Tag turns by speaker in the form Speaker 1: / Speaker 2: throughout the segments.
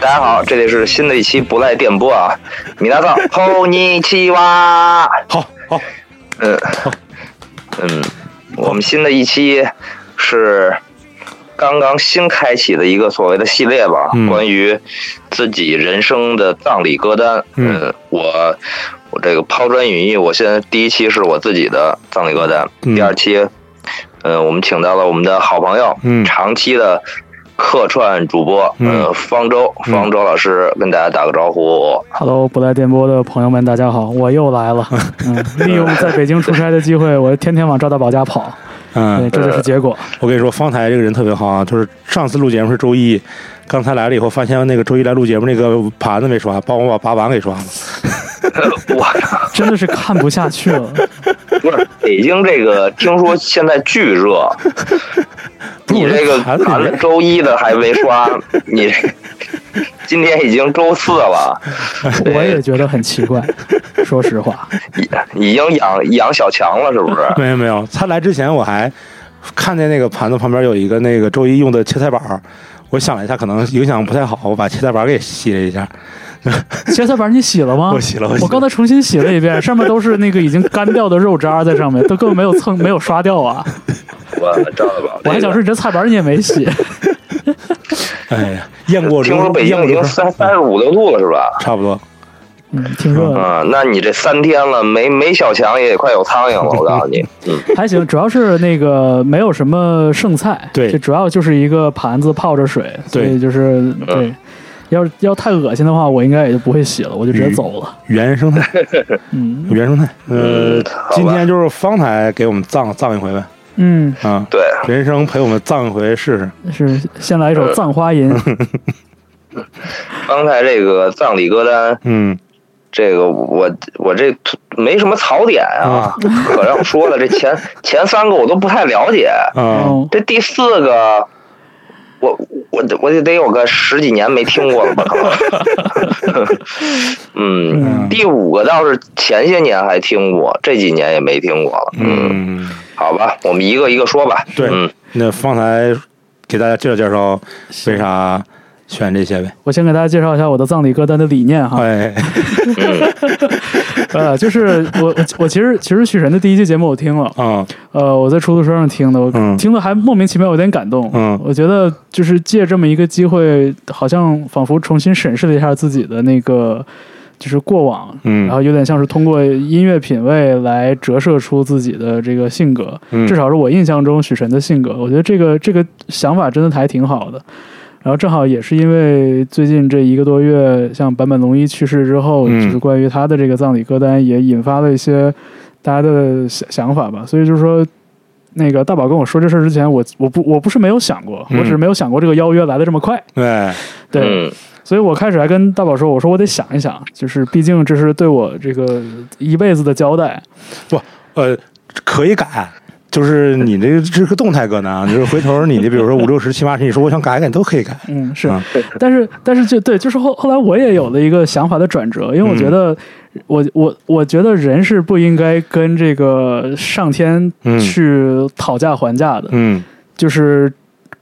Speaker 1: 大家好，这里是新的一期不赖电波啊，米 大造，吼你七哇，
Speaker 2: 好好，
Speaker 1: 嗯嗯，我们新的一期是刚刚新开启的一个所谓的系列吧，
Speaker 2: 嗯
Speaker 1: 关于自己人生的葬礼歌单。
Speaker 2: 嗯
Speaker 1: 呃我我这个抛砖引玉，我现在第一期是我自己的葬礼歌单，
Speaker 2: 嗯
Speaker 1: 第二期，呃，我们请到了我们的好朋友，
Speaker 2: 嗯
Speaker 1: 长期的客串主播，
Speaker 2: 嗯
Speaker 1: 呃，方舟，
Speaker 2: 嗯
Speaker 1: 方舟老师跟大家打个招呼。
Speaker 3: Hello，不来电波的朋友们，大家好，我又来了。 嗯，利用在北京出差的机会，我天天往赵大宝家跑，对，
Speaker 2: 嗯，
Speaker 3: 这就是结果。
Speaker 2: 我跟你说，方台这个人特别好啊，就是上次录节目是周一，刚才来了以后，发现那个周一来录节目那个盘子没刷，帮我把把碗给刷了。
Speaker 1: 我
Speaker 3: 真的是看不下去 了。
Speaker 1: 不是北京这个，听说现在巨热，
Speaker 2: 不是
Speaker 1: 你
Speaker 2: 我
Speaker 1: 这个
Speaker 2: 盘子
Speaker 1: 咱
Speaker 2: 里
Speaker 1: 们
Speaker 2: 面，
Speaker 1: 周一的还没刷，你今天已经周四了，
Speaker 3: 我也觉得很奇怪，说实话，
Speaker 1: 已已经养养小强了，是不是？
Speaker 2: 没有没有，他来之前我还看见那个盘子旁边有一个那个周一用的切菜板儿，我想了一下，可能影响不太好，我把切菜板儿给洗了一下。
Speaker 3: 切菜板你洗了吗？
Speaker 2: 我洗了我洗了
Speaker 3: 刚才重新洗了一遍，上面都是那个已经干掉的肉渣在上面，都根本没有蹭，没有刷掉啊！
Speaker 1: 我照了吧，
Speaker 3: 我还想说，你这菜板你也没洗，
Speaker 2: 哎呀，雁过
Speaker 1: 听
Speaker 2: 如
Speaker 1: 说北
Speaker 2: 雁
Speaker 1: 京
Speaker 2: 过
Speaker 1: 已
Speaker 2: 如
Speaker 1: 经三三十五六度了，是吧？
Speaker 2: 差不多，
Speaker 3: 嗯，挺热的。
Speaker 1: 啊、那你这三天了，没没小强也快有苍蝇了，我告诉你。嗯，
Speaker 3: 还行，主要是那个没有什么剩菜，
Speaker 2: 对
Speaker 3: 这主要就是一个盘子泡着水，所
Speaker 2: 对呃
Speaker 3: 以就是对。要是要太恶心的话，我应该也就不会洗了，我就直接走了。
Speaker 2: 原生态。
Speaker 3: 嗯
Speaker 2: 原生态。呃
Speaker 1: 嗯好，吧
Speaker 2: 今天就是方台给我们葬葬一回呗，
Speaker 3: 嗯，
Speaker 2: 啊，
Speaker 1: 对，
Speaker 2: 人生陪我们葬一回试试。
Speaker 3: 是先来一首《葬花吟》，
Speaker 1: 刚才这个葬礼歌单，
Speaker 2: 嗯，
Speaker 1: 这个我我这没什么槽点啊，可让我说了，这前前三个我都不太了解，
Speaker 3: 然
Speaker 2: 啊，
Speaker 3: 后
Speaker 1: 这第四个，我我得我得得有个十几年没听过了吧？可能嗯，第五个倒是前些年还听过，这几年也没听过了。嗯，
Speaker 2: 嗯，
Speaker 1: 好吧，我们一个一个说吧。
Speaker 2: 对
Speaker 1: 嗯，
Speaker 2: 那方台给大家介绍介绍为啥选这些呗。
Speaker 3: 我先给大家介绍一下我的葬礼歌单的理念哈。
Speaker 2: 哎，
Speaker 3: 呃，就是我我我其实其实许晨的第一期节目我听了，
Speaker 2: 啊，
Speaker 3: 呃，我在出租车上听的，我
Speaker 2: 嗯
Speaker 3: 听的还莫名其妙有点感动。
Speaker 2: 嗯
Speaker 3: 我觉得就是借这么一个机会，好像仿佛重新审视了一下自己的那个就是过往，
Speaker 2: 嗯
Speaker 3: 然后有点像是通过音乐品味来折射出自己的这个性格，
Speaker 2: 嗯
Speaker 3: 至少是我印象中许晨的性格。我觉得这个这个想法真的还挺好的。然后正好也是因为最近这一个多月，像坂本龙一去世之后，
Speaker 2: 嗯
Speaker 3: 就是关于他的这个葬礼歌单也引发了一些大家的想想法吧。所以就是说，那个大宝跟我说这事儿之前，我我不我不是没有想过，我
Speaker 2: 嗯
Speaker 3: 只是没有想过这个邀约来的这么快。
Speaker 2: 对，
Speaker 3: 对，
Speaker 1: 嗯
Speaker 3: 所以我开始还跟大宝说，我说我得想一想，就是毕竟这是对我这个一辈子的交代。
Speaker 2: 呃，可以改。就是你这这个动态歌单啊，就是回头你这比如说五六十、七八十，你说我想改改，你都可以改。
Speaker 3: 嗯，是，
Speaker 2: 嗯
Speaker 3: 但是但是就对，就是后后来我也有了一个想法的转折，
Speaker 2: 嗯
Speaker 3: 因为我觉得、我我我觉得人是不应该跟这个上天
Speaker 2: 嗯
Speaker 3: 去讨价还价的，
Speaker 2: 嗯
Speaker 3: 就是。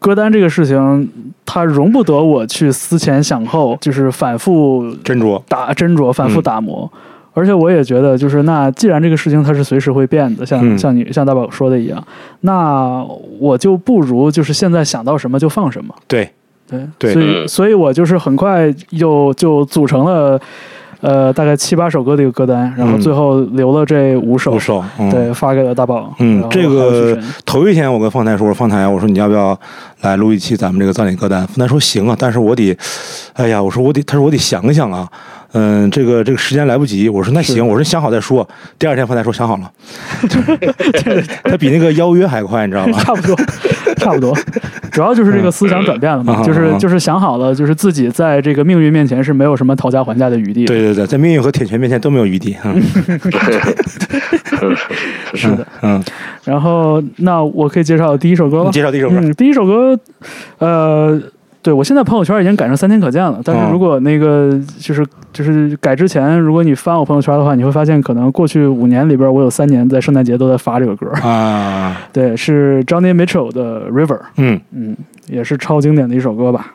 Speaker 3: 歌单这个事情，它容不得我去思前想后，就是反复
Speaker 2: 斟酌。
Speaker 3: 打斟酌，反复
Speaker 2: 嗯
Speaker 3: 打磨。而且我也觉得，就是那既然这个事情它是随时会变的，像、
Speaker 2: 嗯
Speaker 3: 像你像大宝说的一样，那我就不如就是现在想到什么就放什么。
Speaker 2: 对，
Speaker 3: 对，
Speaker 2: 对
Speaker 3: 所以
Speaker 1: 嗯
Speaker 3: 所以我就是很快又就组成了，呃，大概七八首歌的一个歌单，然后
Speaker 2: 嗯
Speaker 3: 最后留了这五首，
Speaker 2: 不收。嗯
Speaker 3: 对，发给了大宝。
Speaker 2: 嗯
Speaker 3: 然后，
Speaker 2: 这
Speaker 3: 还有许
Speaker 2: 个
Speaker 3: 晨
Speaker 2: 头一天我跟方台说，方台我说你要不要来录一期咱们这个葬礼歌单？方台说行啊，但是我得，哎呀，我说我得，他说我得想想啊，嗯，这个这个时间来不及。我说那行，我说想好再说。第二天方台说想好了， 他比那个邀约还快，你知道吗？
Speaker 3: 差不 多，差不多，主要就是这个思想转变了嘛，
Speaker 2: 嗯
Speaker 3: 就是就是想好了，就是自己在这个命运面前是没有什么讨价还价的余地的。
Speaker 2: 对对对，在命运和铁拳面前都没有余地。 嗯，
Speaker 3: 是的。
Speaker 2: 嗯，
Speaker 3: 然后，那我可以介绍第一首歌
Speaker 2: 你
Speaker 3: 吗？
Speaker 2: 介绍第一首歌。
Speaker 3: 嗯，第一首歌，呃，对我现在朋友圈已经改成三天可见了，但是
Speaker 2: 哦
Speaker 3: 如果那个就是就是改之前，如果你翻我朋友圈的话，你会发现可能过去五年里边，我有三年在圣诞节都在发这个歌。
Speaker 2: 啊，
Speaker 3: 对，是 Johnny Mitchell 的 River，
Speaker 2: 嗯
Speaker 3: 嗯，也是超经典的一首歌吧。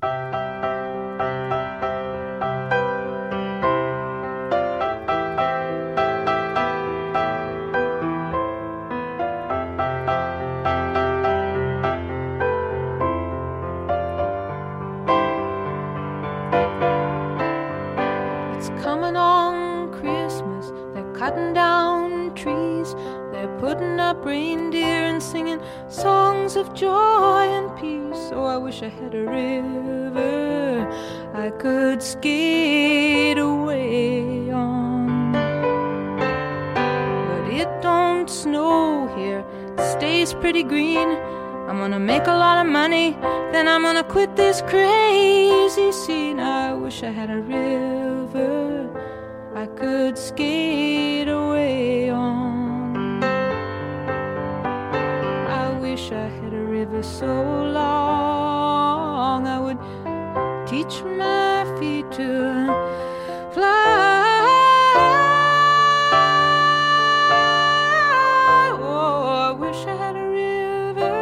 Speaker 4: coming on Christmas. They're cutting down trees, they're putting up reindeer and singing songs of joy and peace. Oh, I wish I had a river I could skate away on. But it don't snow here, it stays pretty green. I'm gonna make a lot of money, then I'm gonna quit this crazy scene. I wish I had a river I could skate away on. I wish I had a river so long I would teach my feet to fly. Oh, I wish I had a river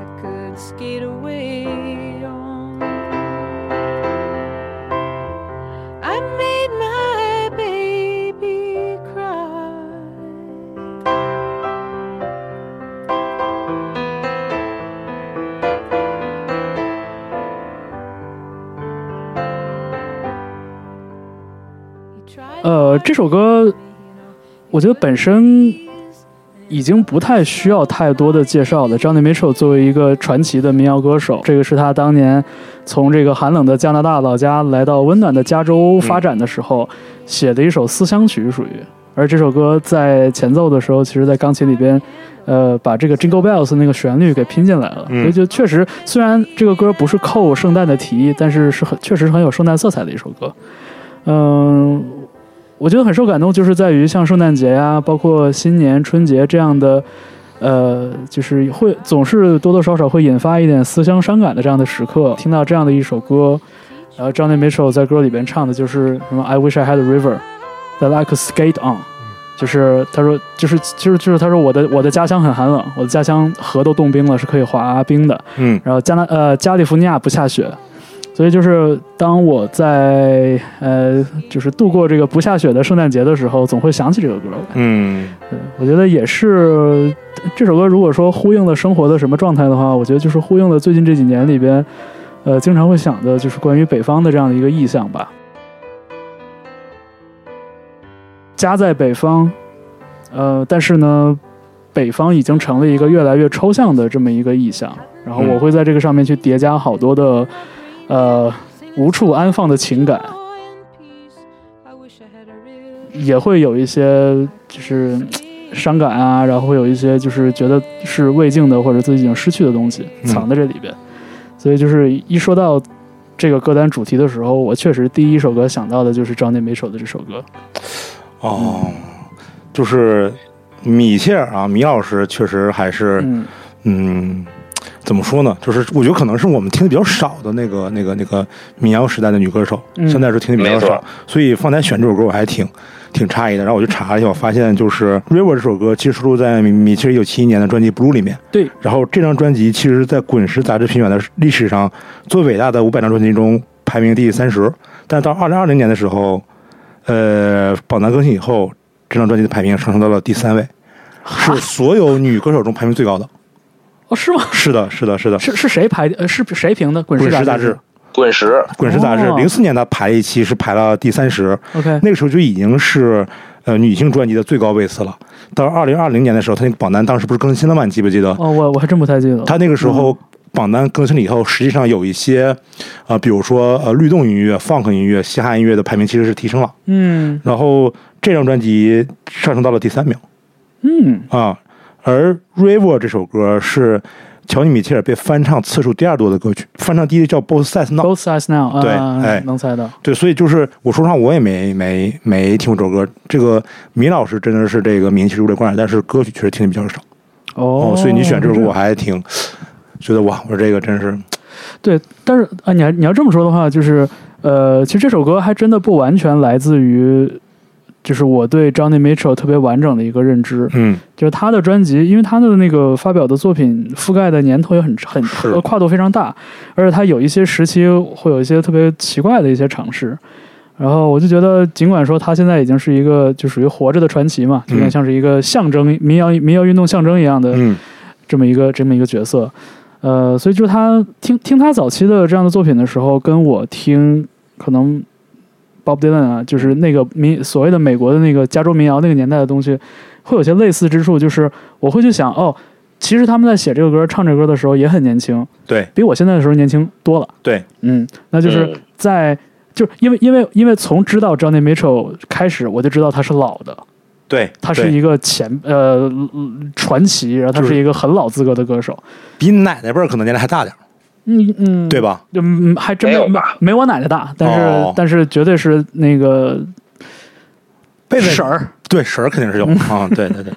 Speaker 4: I could skate away on. I made my baby cry. He tried
Speaker 3: 呃，这首歌我觉得本身已经不太需要太多的介绍了。Johnny Mitchell 作为一个传奇的民谣歌手，这个是他当年从这个寒冷的加拿大老家来到温暖的加州发展的时候、写的一首思乡曲，属于。而这首歌在前奏的时候，其实，在钢琴里边，呃，把这个 Jingle Bells 那个旋律给拼进来了，
Speaker 2: 嗯
Speaker 3: 所以就确实，虽然这个歌不是扣圣诞的题，但是是很确实是很有圣诞色彩的一首歌。嗯，我觉得很受感动，就是在于像圣诞节呀、包括新年、春节这样的，呃，就是会总是多多少少会引发一点思乡伤感的这样的时刻。听到这样的一首歌，呃然后 Johnny Mitchell 在歌里边唱的就是什么 “I wish I had a river that I could skate on”，就是他说，就是就是就是他说我的我的家乡很寒冷，我的家乡河都冻冰了，是可以滑冰的。
Speaker 2: 嗯
Speaker 3: 然后加拿呃加利福尼亚不下雪，所以就是当我在呃就是度过这个不下雪的圣诞节的时候，总会想起这个歌。
Speaker 2: 嗯
Speaker 3: 对我觉得也是这首歌，如果说呼应了生活的什么状态的话，我觉得就是呼应了最近这几年里边，呃，经常会想的就是关于北方的这样的一个意象吧。家在北方，呃，但是呢，北方已经成了一个越来越抽象的这么一个意象。然后我会在这个上面去叠加好多的，呃，无处安放的情感，也会有一些就是伤感啊，然后会有一些就是觉得是未尽的或者自己已经失去的东西
Speaker 2: 嗯
Speaker 3: 藏在这里边。所以就是一说到这个歌单主题的时候，我确实第一首歌想到的就是张念每首的这首歌。
Speaker 2: 哦，就是米切尔啊，米老师确实还是
Speaker 3: 嗯，
Speaker 2: 嗯，怎么说呢？就是我觉得可能是我们听的比较少的那个、那个、那个民谣时代的女歌手，
Speaker 3: 嗯
Speaker 2: 相对来说听的比较
Speaker 1: 没
Speaker 2: 少
Speaker 1: 错，
Speaker 2: 所以方才选这首歌我还挺挺诧异的。然后我就查了一下，我发现就是《River》这首歌其实收录在米米切尔一九七一年的专辑《Blue》里面。
Speaker 3: 对，
Speaker 2: 然后这张专辑其实，在《滚石》杂志评选的历史上最伟大的五百张专辑中排名第三十，但到二零二零年的时候，呃，榜单更新以后，这张专辑的排名上升到了第三位，是所有女歌手中排名最高的。
Speaker 3: 哦，是吗？
Speaker 2: 是的，是的，是的，
Speaker 3: 是是谁排的？呃，是谁评的？滚
Speaker 2: 嗯滚
Speaker 3: 石
Speaker 2: 石杂志，
Speaker 1: 滚石，
Speaker 2: 滚石杂志
Speaker 3: 哦，哎
Speaker 2: 零四年他排了一期是排了第三十，
Speaker 3: OK，
Speaker 2: 那个时候就已经是呃女性专辑的最高位次了。到二零二零年的时候，他那个榜单当时不是更新了吗？你记不记得？
Speaker 3: 哦，嗯我我还真不太记得了。
Speaker 2: 他那个时候榜单更新了以后，实际上有一些呃，比如说呃律动音乐、funk 音乐、嘻哈音乐的排名其实是提升了。
Speaker 3: 嗯
Speaker 2: 然后这张专辑上升到了第三名
Speaker 3: 嗯，
Speaker 2: 啊，而《River》这首歌是乔尼米切尔被翻唱次数第二多的歌曲，翻唱第一叫《Both Sides Now》。
Speaker 3: Both Sides Now，啊
Speaker 2: 对哎
Speaker 3: 能猜到。
Speaker 2: 对，所以就是我说实话，我也没没没听过这首歌。这个米老师真的是这个名气如雷贯耳，但是歌曲确实听的比较少。
Speaker 3: 哦
Speaker 2: 所以你选这首歌，我
Speaker 3: 样
Speaker 2: 还挺觉得哇，我说这个真是
Speaker 3: 对，但是啊，你还你要这么说的话，就是呃，其实这首歌还真的不完全来自于，就是我对 Johnny Mitchell 特别完整的一个认知，
Speaker 2: 嗯
Speaker 3: 就是他的专辑，因为他的那个发表的作品覆盖的年头也很很
Speaker 2: 是
Speaker 3: 呃跨度非常大，而且他有一些时期会有一些特别奇怪的一些尝试。然后我就觉得，尽管说他现在已经是一个就属于活着的传奇嘛，有点
Speaker 2: 嗯
Speaker 3: 像是一个象征民谣民谣运动象征一样的
Speaker 2: 嗯
Speaker 3: 这么一个这么一个角色。呃，所以就是他听听他早期的这样的作品的时候，跟我听可能 Bob Dylan 啊，就是那个民所谓的美国的那个加州民谣那个年代的东西，会有些类似之处。就是我会去想，哦，其实他们在写这个歌、唱这个歌的时候也很年轻，
Speaker 2: 对
Speaker 3: 比我现在的时候年轻多了。
Speaker 2: 对，
Speaker 3: 嗯，那就是
Speaker 1: 嗯
Speaker 3: 在、就是因为因为因为从知道 Johnny Mitchell 开始，我就知道他是老的，
Speaker 2: 对，
Speaker 3: 他是
Speaker 2: 对
Speaker 3: 一个前呃嗯传奇，然后他
Speaker 2: 就是
Speaker 3: 是一个很老资格的歌手。
Speaker 2: 比你奶奶辈儿可能年龄还大点儿，
Speaker 3: 嗯嗯，
Speaker 2: 对吧？
Speaker 3: 就嗯，还真没有
Speaker 1: 没有吧
Speaker 3: 没我奶奶大，但是、
Speaker 2: 哦
Speaker 3: 但是绝对是那个
Speaker 2: 辈分
Speaker 3: 婶儿，
Speaker 2: 对婶儿肯定是有
Speaker 3: 嗯
Speaker 2: 啊，对 对对，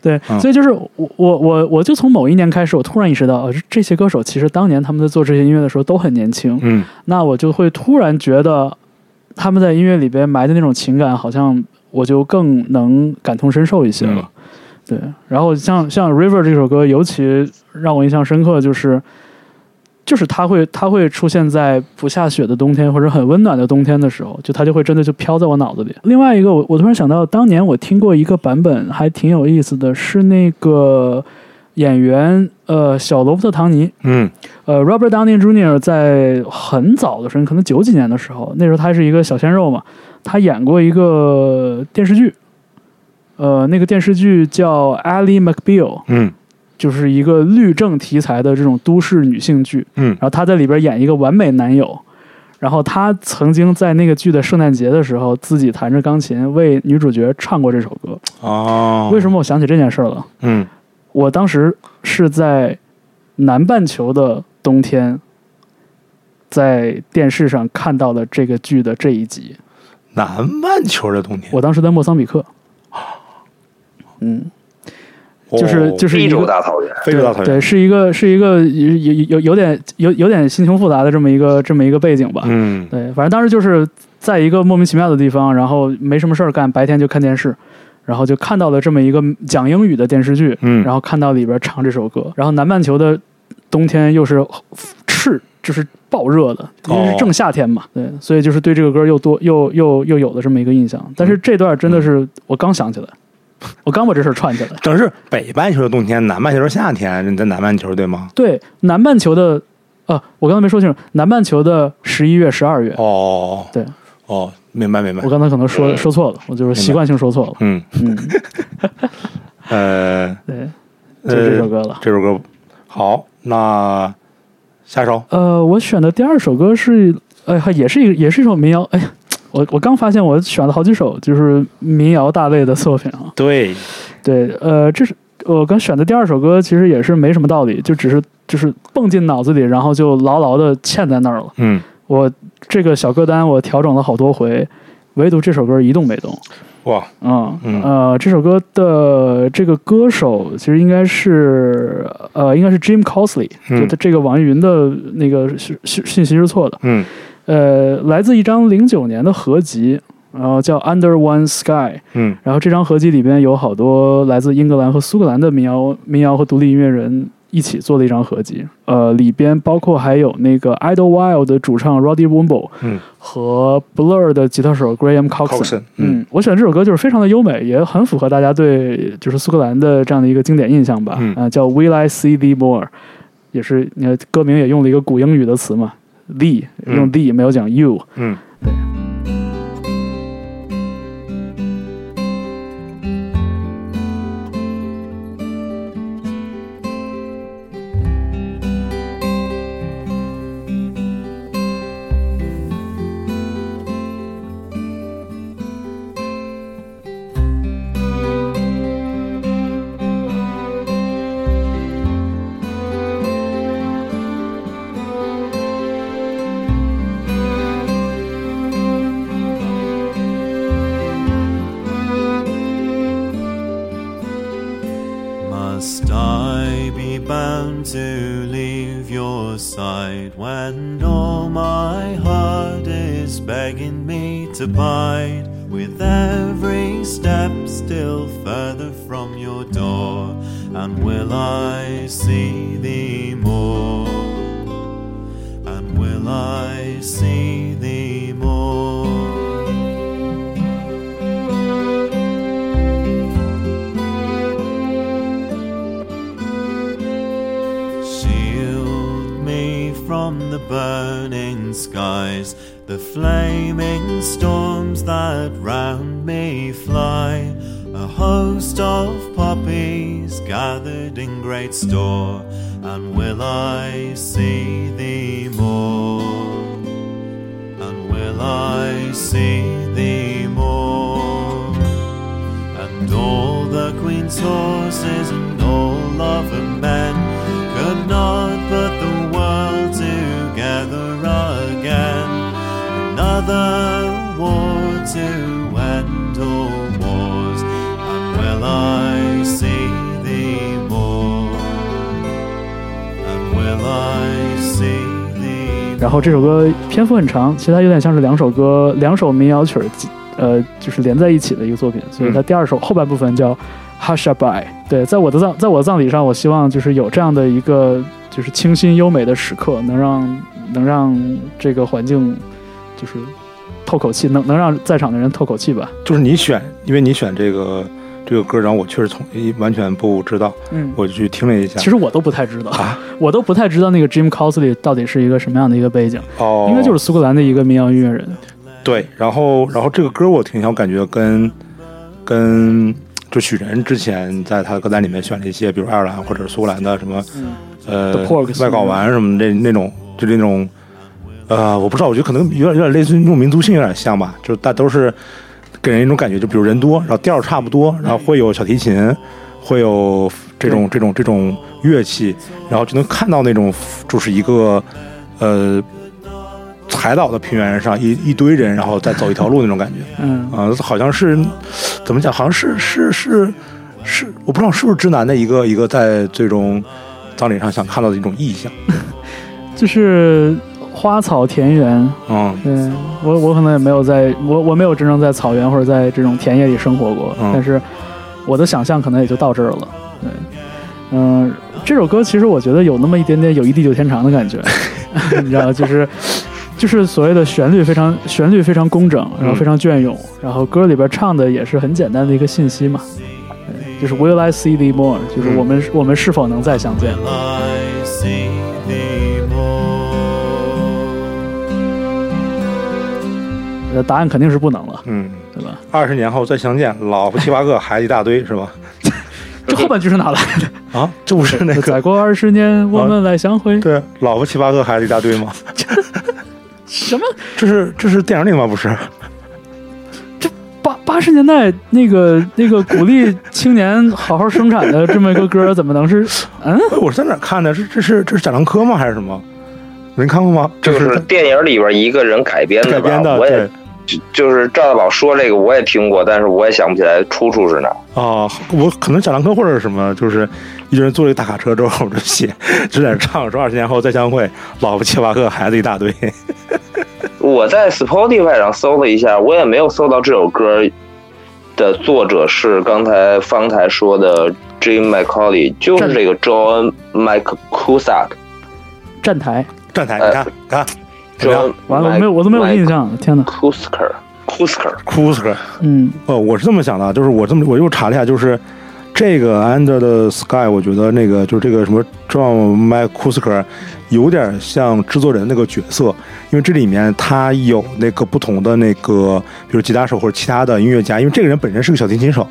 Speaker 3: 对，
Speaker 2: 嗯
Speaker 3: 所以就是我我我我就从某一年开始，我突然意识到，呃，这些歌手其实当年他们在做这些音乐的时候都很年轻，
Speaker 2: 嗯，
Speaker 3: 那我就会突然觉得他们在音乐里边埋的那种情感，好像我就更能感同身受一些了。
Speaker 2: 嗯
Speaker 3: 对，然后像像 River 这首歌，尤其让我印象深刻，就是就是它会它会出现在不下雪的冬天或者很温暖的冬天的时候，就它就会真的就飘在我脑子里。另外一个，我我突然想到，当年我听过一个版本，还挺有意思的，是那个演员呃小罗伯特·唐尼，
Speaker 2: 嗯
Speaker 3: 呃，Robert Downey Jr. 在很早的时候，可能九几年的时候，那时候他还是一个小鲜肉嘛，他演过一个电视剧，呃，那个电视剧叫《Ally McBeal》，
Speaker 2: 嗯
Speaker 3: 就是一个律政题材的这种都市女性剧。
Speaker 2: 嗯
Speaker 3: 然后他在里边演一个完美男友，然后他曾经在那个剧的圣诞节的时候，自己弹着钢琴为女主角唱过这首歌。
Speaker 2: 哦，
Speaker 3: 为什
Speaker 2: 么？
Speaker 3: 么我想起这件事儿了？
Speaker 2: 嗯
Speaker 3: 我当时是在南半球的冬天，在电视上看到了这个剧的这一集。
Speaker 2: 南半球的冬天，
Speaker 3: 我当时在莫桑比克，嗯，就是
Speaker 2: 哦
Speaker 3: 就是
Speaker 1: 非
Speaker 3: 一
Speaker 1: 洲
Speaker 3: 个
Speaker 1: 大草原，
Speaker 2: 非洲大
Speaker 3: 对
Speaker 2: 草原
Speaker 3: 对，，是一个是一个有有有有点有有点心情复杂的这么一个这么一个背景吧。
Speaker 2: 嗯
Speaker 3: 对，反正当时就是在一个莫名其妙的地方，然后没什么事儿干，白天就看电视，然后就看到了这么一个讲英语的电视剧，
Speaker 2: 嗯，
Speaker 3: 然
Speaker 2: 后
Speaker 3: 后看到里边唱这首歌，然后南半球的冬天又是赤，就是爆热的，因
Speaker 2: 哦
Speaker 3: 为是正夏天嘛，对，所以就是对这个歌又多又又又有了这么一个印象。
Speaker 2: 嗯
Speaker 3: 但是这段真的是我刚想起来，我刚把这事儿串起来。
Speaker 2: 正是北半球的冬天，南半球的夏天，你在南半球对吗？
Speaker 3: 对，南半球的，呃，我刚才没说清楚，南半球的十一月、十二月，
Speaker 2: 哦，
Speaker 3: 对
Speaker 2: 哦，明白明白
Speaker 3: 我，刚才可能说说错了，我就是习惯性说错了。
Speaker 2: 嗯
Speaker 3: 嗯，
Speaker 2: 呃，
Speaker 3: 对，就是这首
Speaker 2: 呃
Speaker 3: 歌了。
Speaker 2: 这首歌好，那下首
Speaker 3: 呃，我选的第二首歌是，哎，还也是一个也是一首民谣。哎呀，我我刚发现我选了好几首就是民谣大类的作品啊。
Speaker 2: 对，
Speaker 3: 对，呃，这是我刚选的第二首歌，其实也是没什么道理，就只是就是蹦进脑子里，然后就牢牢的嵌在那儿了。
Speaker 2: 嗯，
Speaker 3: 我这个小歌单我调整了好多回，唯独这首歌一动没动。
Speaker 2: 哇，
Speaker 3: 嗯
Speaker 2: 嗯
Speaker 3: 呃，这首歌的这个歌手其实应该是呃，应该是 Jim Cosley，、
Speaker 2: 嗯
Speaker 3: 就他这个网易云的那个信信信息是错的。
Speaker 2: 嗯
Speaker 3: 呃，来自一张零九年的合集，然后叫《Under One Sky》，
Speaker 2: 嗯
Speaker 3: 然后这张合集里边有好多来自英格兰和苏格兰的民谣、民谣和独立音乐人一起做的一张合集。呃，里边包括还有那个 Idlewild 的主唱 Roddy Womble
Speaker 2: 嗯
Speaker 3: 和 Blur 的吉他手 Graham Coxon
Speaker 2: Coxon，。嗯
Speaker 3: 嗯，我选这首歌就是非常的优美，也很符合大家对就是苏格兰的这样的一个经典印象吧。
Speaker 2: 嗯
Speaker 3: 啊，叫 Will I See Thee More，也是你看歌名也用了一个古英语的词嘛，thee 用
Speaker 2: 嗯
Speaker 3: thee 没有讲 you。
Speaker 2: 嗯，
Speaker 5: Must I be bound to leave your side when all my heart is begging me to bide? With every step still further from your door, and will I see thee more? And will I see thee more? Shield me from the burden. burning skies, the flaming storms that round me fly. A host of poppies gathered in great store, and will I see thee more? And will I see thee more? And all the queen's horses and all of her men could not put the world together again. Another war to end all wars, and will I see thee more? And will I see thee?
Speaker 3: 然后这首歌篇幅很长，其实它有点像是两首歌、两首民谣曲儿，呃，就是连在一起的一个作品。所以它第二首、后半部分叫 Hushaby。对，在我的葬在我的葬礼上，我希望就是有这样的一个就是清新优美的时刻，能让能让这个环境就是透口气，能能让在场的人透口气吧。
Speaker 2: 就是你选，因为你选这个这个歌，然后我确实从一完全不知道，
Speaker 3: 嗯，
Speaker 2: 我就去听了一下。
Speaker 3: 其实我都不太知道，
Speaker 2: 啊
Speaker 3: 我都不太知道那个 Jim Cosley 到底是一个什么样的一个背景，
Speaker 2: 哦，
Speaker 3: 应该就是苏格兰的一个民谣音乐人。
Speaker 2: 对，然后然后这个歌我挺想感觉跟跟就许晨之前在他歌单里面选了一些，比如爱尔兰或者苏格兰的什么
Speaker 3: 嗯，
Speaker 2: 呃
Speaker 3: The 嗯 Porgs
Speaker 2: 外睾丸什么那那种，就那种呃，我不知道，我觉得可能有点有点类似于那种民族性有点像吧，就大都是给人一种感觉，就比如人多，然后调儿差不多，然后会有小提琴，会有这种这种这种乐器，然后就能看到那种就是一个呃。海岛的平原上一一堆人，然后再走一条路那种感觉，
Speaker 3: 嗯，
Speaker 2: 啊、好像是怎么讲？好像是是是是，我不知道是不是直男的一个一个在最终葬礼上想看到的一种意象。
Speaker 3: 就是花草田园。
Speaker 2: 嗯，
Speaker 3: 对我，我可能也没有在我我没有真正在草原或者在这种田野里生活过，
Speaker 2: 嗯
Speaker 3: 但是我的想象可能也就到这儿了。对，嗯、这首歌其实我觉得有那么一点点友谊地久天长的感 觉，你知道，就是就是所谓的旋律非常旋律非常工整，然后非常隽永，然后歌里边唱的也是很简单的一个信息嘛，对就是 Will I see thee more，就是
Speaker 2: 嗯
Speaker 3: 我们、我们是否能再相见。
Speaker 5: Will I see thee more?
Speaker 3: 呃答案肯定是不能了，
Speaker 2: 嗯，
Speaker 3: 对吧？
Speaker 2: 二十年后再相见，老婆七八个，孩子一大堆，是吧？
Speaker 3: 这后半句是哪来的？
Speaker 2: 啊，这不是那
Speaker 3: 再
Speaker 2: 个
Speaker 3: 过二十年，我们来相会。
Speaker 2: 对，老婆七八个，孩子一大堆吗？
Speaker 3: 什么
Speaker 2: 这是这是电影里吗？不是？
Speaker 3: 八八十年代那个那个鼓励青年好好生产的这么一个歌，怎么能是嗯？
Speaker 2: 哎我是在哪儿看的？是这是这是贾樟柯吗？还是什么？您看过吗？
Speaker 1: 就
Speaker 2: 这
Speaker 1: 是
Speaker 2: 是
Speaker 1: 电影里边一个人改编
Speaker 2: 改
Speaker 1: 的吧？
Speaker 2: 编的，
Speaker 1: 我
Speaker 2: 对
Speaker 1: 也就是赵大宝说这个我也听过，但是我也想不起来出处是哪儿。
Speaker 2: 哦，我可能贾樟柯或者是什么，就是一个人坐了一个大卡车之后，我就写，就在那唱说二十年后再相会，老婆七八个，孩子一大堆。
Speaker 1: 我在 Spotify 上搜了一下，我也没有搜到这首歌的作者是刚才方才说的 Jim McCauley，就是这个 John Mike Cusack。
Speaker 3: 站台
Speaker 2: 站台，
Speaker 1: 呃
Speaker 2: 你看，你看，怎么样
Speaker 1: John
Speaker 3: 完了，我没有我都没有印。象，天哪！
Speaker 1: Cusker。Kusker，
Speaker 2: ？Cruiser，
Speaker 3: 嗯，
Speaker 2: 哦，我是这么想的，就是我这么我又查了一下，就是这个 Under the Sky，我觉得那个就是这个什么 John m c c u s k e r 有点像制作人那个角色，因为这里面他有那个不同的那个，比如吉他手或者其他的音乐家，因为这个人本身是个小提琴手。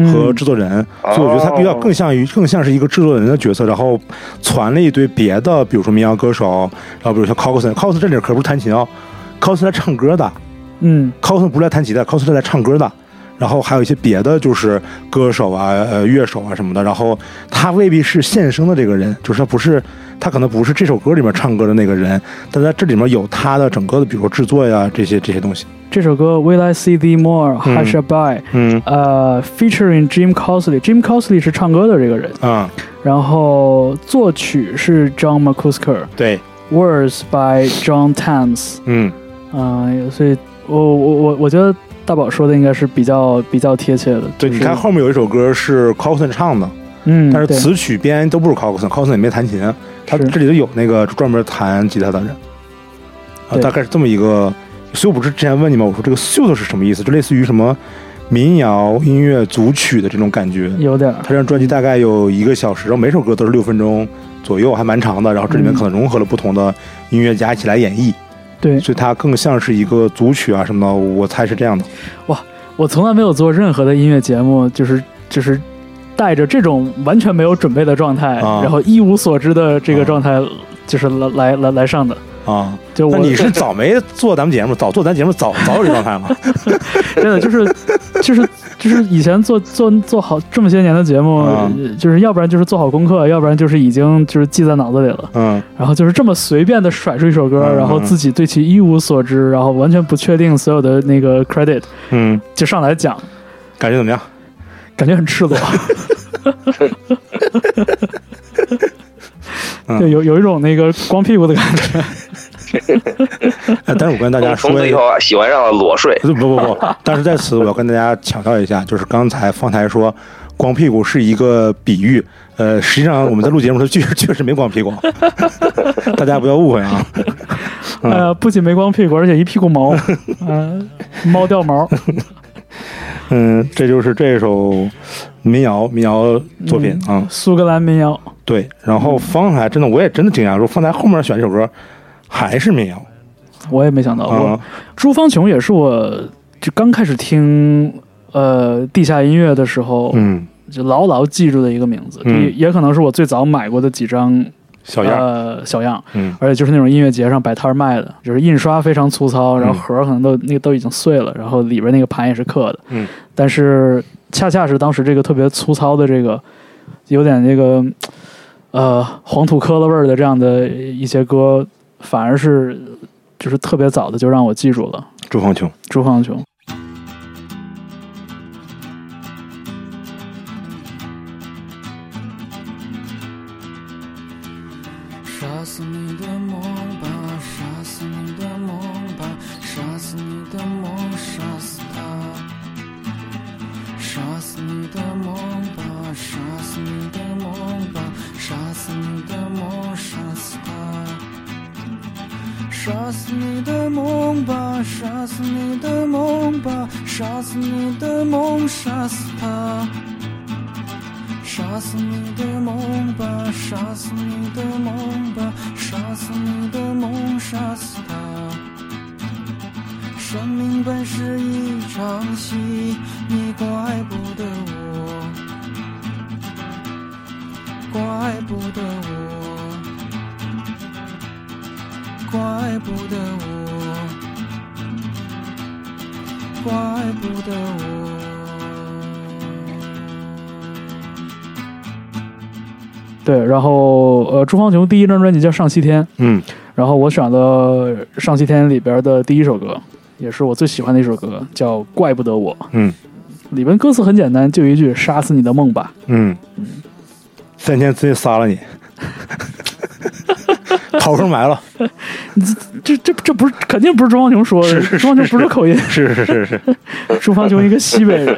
Speaker 3: 嗯
Speaker 2: 和制作人，
Speaker 1: 哦
Speaker 2: 所以我觉得他比较更像于更像是一个制作人的角色，然后传了一堆别的，比如说民谣歌手，然后比如像 Coulson，Coulson 这里可不是弹琴哦，Coulson 来唱歌的
Speaker 3: 嗯
Speaker 2: ，Coulson 不是来弹吉他，Coulson 是来唱歌的。然后还有一些别的，就是歌手啊、呃乐手啊什么的。然后他未必是现生的这个人，就是他不是，他可能不是这首歌里面唱歌的那个人，但在这里面有他的整个的，比如说制作呀这些这些东西。
Speaker 3: 这首歌《Will I See Thee More》
Speaker 2: 嗯
Speaker 3: Hush a b y
Speaker 2: 嗯
Speaker 3: 呃，featuring Jim Cosley，Jim Cosley 是唱歌的这个人，
Speaker 2: 啊、
Speaker 3: 然后作曲是 John McCusker，words
Speaker 2: 对，
Speaker 3: by John Tams，
Speaker 2: 嗯
Speaker 3: 嗯，所以我我我我觉得大宝说的应该是比较比较贴切的。
Speaker 2: 对。
Speaker 3: 就是
Speaker 2: 你看后面有一首歌是 Coulson 唱的，
Speaker 3: 嗯，
Speaker 2: 但是
Speaker 3: 对
Speaker 2: 词曲编都不是 Coulson，Coulson 也没弹琴，他
Speaker 3: 是
Speaker 2: 这里头有那个专门弹吉他的人，啊，
Speaker 3: 对
Speaker 2: 大概是这么一个。所以我不是之前问你吗？我说这个 suit 是什么意思？就类似于什么民谣音乐组曲的这种感觉。
Speaker 3: 有点儿
Speaker 2: 它这张专辑大概有一个小时，然后每首歌都是六分钟左右，还蛮长的。然后这里面可能融合了不同的音乐家一起来演绎，
Speaker 3: 对
Speaker 2: 所以它更像是一个组曲啊什么的，我猜是这样的。
Speaker 3: 我从来没有做任何的音乐节目，就是就是带着这种完全没有准备的状态，
Speaker 2: 啊
Speaker 3: 然后一无所知的这个
Speaker 2: 啊
Speaker 3: 状态，就是来来来来上的。
Speaker 2: 啊，
Speaker 3: 就
Speaker 2: 那
Speaker 3: 我
Speaker 2: 你是早没做咱们节目，早做咱节目早早有这状态 吗？
Speaker 3: 真的就是就是就是以前做做做好这么些年的节目，
Speaker 2: 啊
Speaker 3: 就是要不然就是做好功课，要不然就是已经就是记在脑子里了。
Speaker 2: 嗯，
Speaker 3: 然后就是这么随便的甩出一首歌，
Speaker 2: 嗯
Speaker 3: 然后自己对其一无所知，然后完全不确定所有的那个 credit
Speaker 2: 嗯，
Speaker 3: 就上来讲，
Speaker 2: 感觉怎么样？
Speaker 3: 感觉很赤裸。
Speaker 2: 嗯
Speaker 3: 对，有有一种那个光屁股的感觉。
Speaker 2: 哎但是我跟大家说
Speaker 1: 从
Speaker 2: 一
Speaker 1: 此以
Speaker 2: 个，
Speaker 1: 后啊喜欢上了裸睡。
Speaker 2: 不不不，但是在此我要跟大家强调一下，就是刚才方台说光屁股是一个比喻，呃，实际上我们在录节目的时候 确实确实没光屁股，大家不要误会啊。嗯
Speaker 3: 呃，不仅没光屁股，而且一屁股 毛，嗯、猫掉毛。
Speaker 2: 嗯，这就是这首民谣民谣作品啊、
Speaker 3: 苏格兰民谣，
Speaker 2: 对。然后方台真的我也真的惊讶，说方台后面选这首歌还是民谣
Speaker 3: 我也没想到。我
Speaker 2: 啊、
Speaker 3: 朱芳琼也是我就刚开始听呃地下音乐的时候，
Speaker 2: 嗯，
Speaker 3: 就牢牢记住的一个名字，
Speaker 2: 嗯
Speaker 3: 也也可能是我最早买过的几张
Speaker 2: 小样儿。
Speaker 3: 呃小样，
Speaker 2: 嗯
Speaker 3: 而且就是那种音乐节上摆摊儿卖的，就是印刷非常粗糙，然后
Speaker 2: 嗯
Speaker 3: 盒儿可能都、那个都已经碎了，然后里边那个盘也是刻的，
Speaker 2: 嗯，
Speaker 3: 但是恰恰是当时这个特别粗糙的这个，有点那个呃黄土坷垃味儿的这样的一些歌，反而是就是特别早的就让我记住了
Speaker 2: 朱芳琼，
Speaker 3: 朱芳琼。
Speaker 6: 杀死你的梦吧，杀死你的梦吧，杀死你的梦，杀死他。杀死你的梦吧，杀死你的梦吧，杀死你的梦，杀死他。杀死你的梦吧，杀死你的梦吧，杀死你的梦，杀死他。杀死你的梦吧，杀死你的梦吧，杀死你的梦，杀死他。生命本是一场戏，你怪不得我，怪不得我，怪不得我，怪不得我。
Speaker 3: 对，然后呃，朱芳琼第一张专辑叫《上西天》，
Speaker 2: 嗯
Speaker 3: 然后我选了《上西天》里边的第一首歌，也是我最喜欢的一首歌，叫《怪不得我》。
Speaker 2: 嗯
Speaker 3: 里边歌词很简单，就一句“杀死你的梦吧
Speaker 2: 嗯，三天之内杀了你， 掏出埋了，”。
Speaker 3: 这这这不是肯定不是朱芳琼说的，
Speaker 2: 是是是
Speaker 3: 朱芳琼不是口音，
Speaker 2: 是是是是，
Speaker 3: 朱芳琼一个西北 人。